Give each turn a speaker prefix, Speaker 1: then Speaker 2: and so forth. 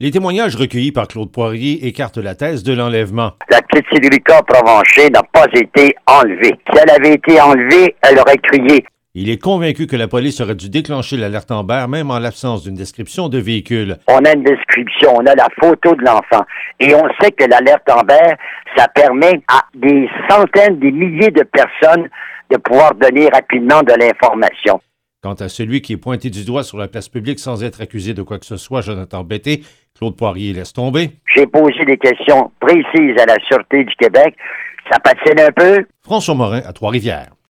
Speaker 1: Les témoignages recueillis par Claude Poirier écartent la thèse de l'enlèvement.
Speaker 2: La petite Silica Provencher n'a pas été enlevée. Si elle avait été enlevée, elle aurait crié.
Speaker 1: Il est convaincu que la police aurait dû déclencher l'alerte Amber même en l'absence d'une description de véhicule.
Speaker 2: On a une description, on a la photo de l'enfant. Et on sait que l'alerte Amber, ça permet à des centaines, des milliers de personnes de pouvoir donner rapidement de l'information.
Speaker 1: Quant à celui qui est pointé du doigt sur la place publique sans être accusé de quoi que ce soit, Jonathan Betté, Claude Poirier laisse tomber.
Speaker 2: J'ai posé des questions précises à la Sûreté du Québec. Ça patine un peu.
Speaker 1: François Morin à Trois-Rivières.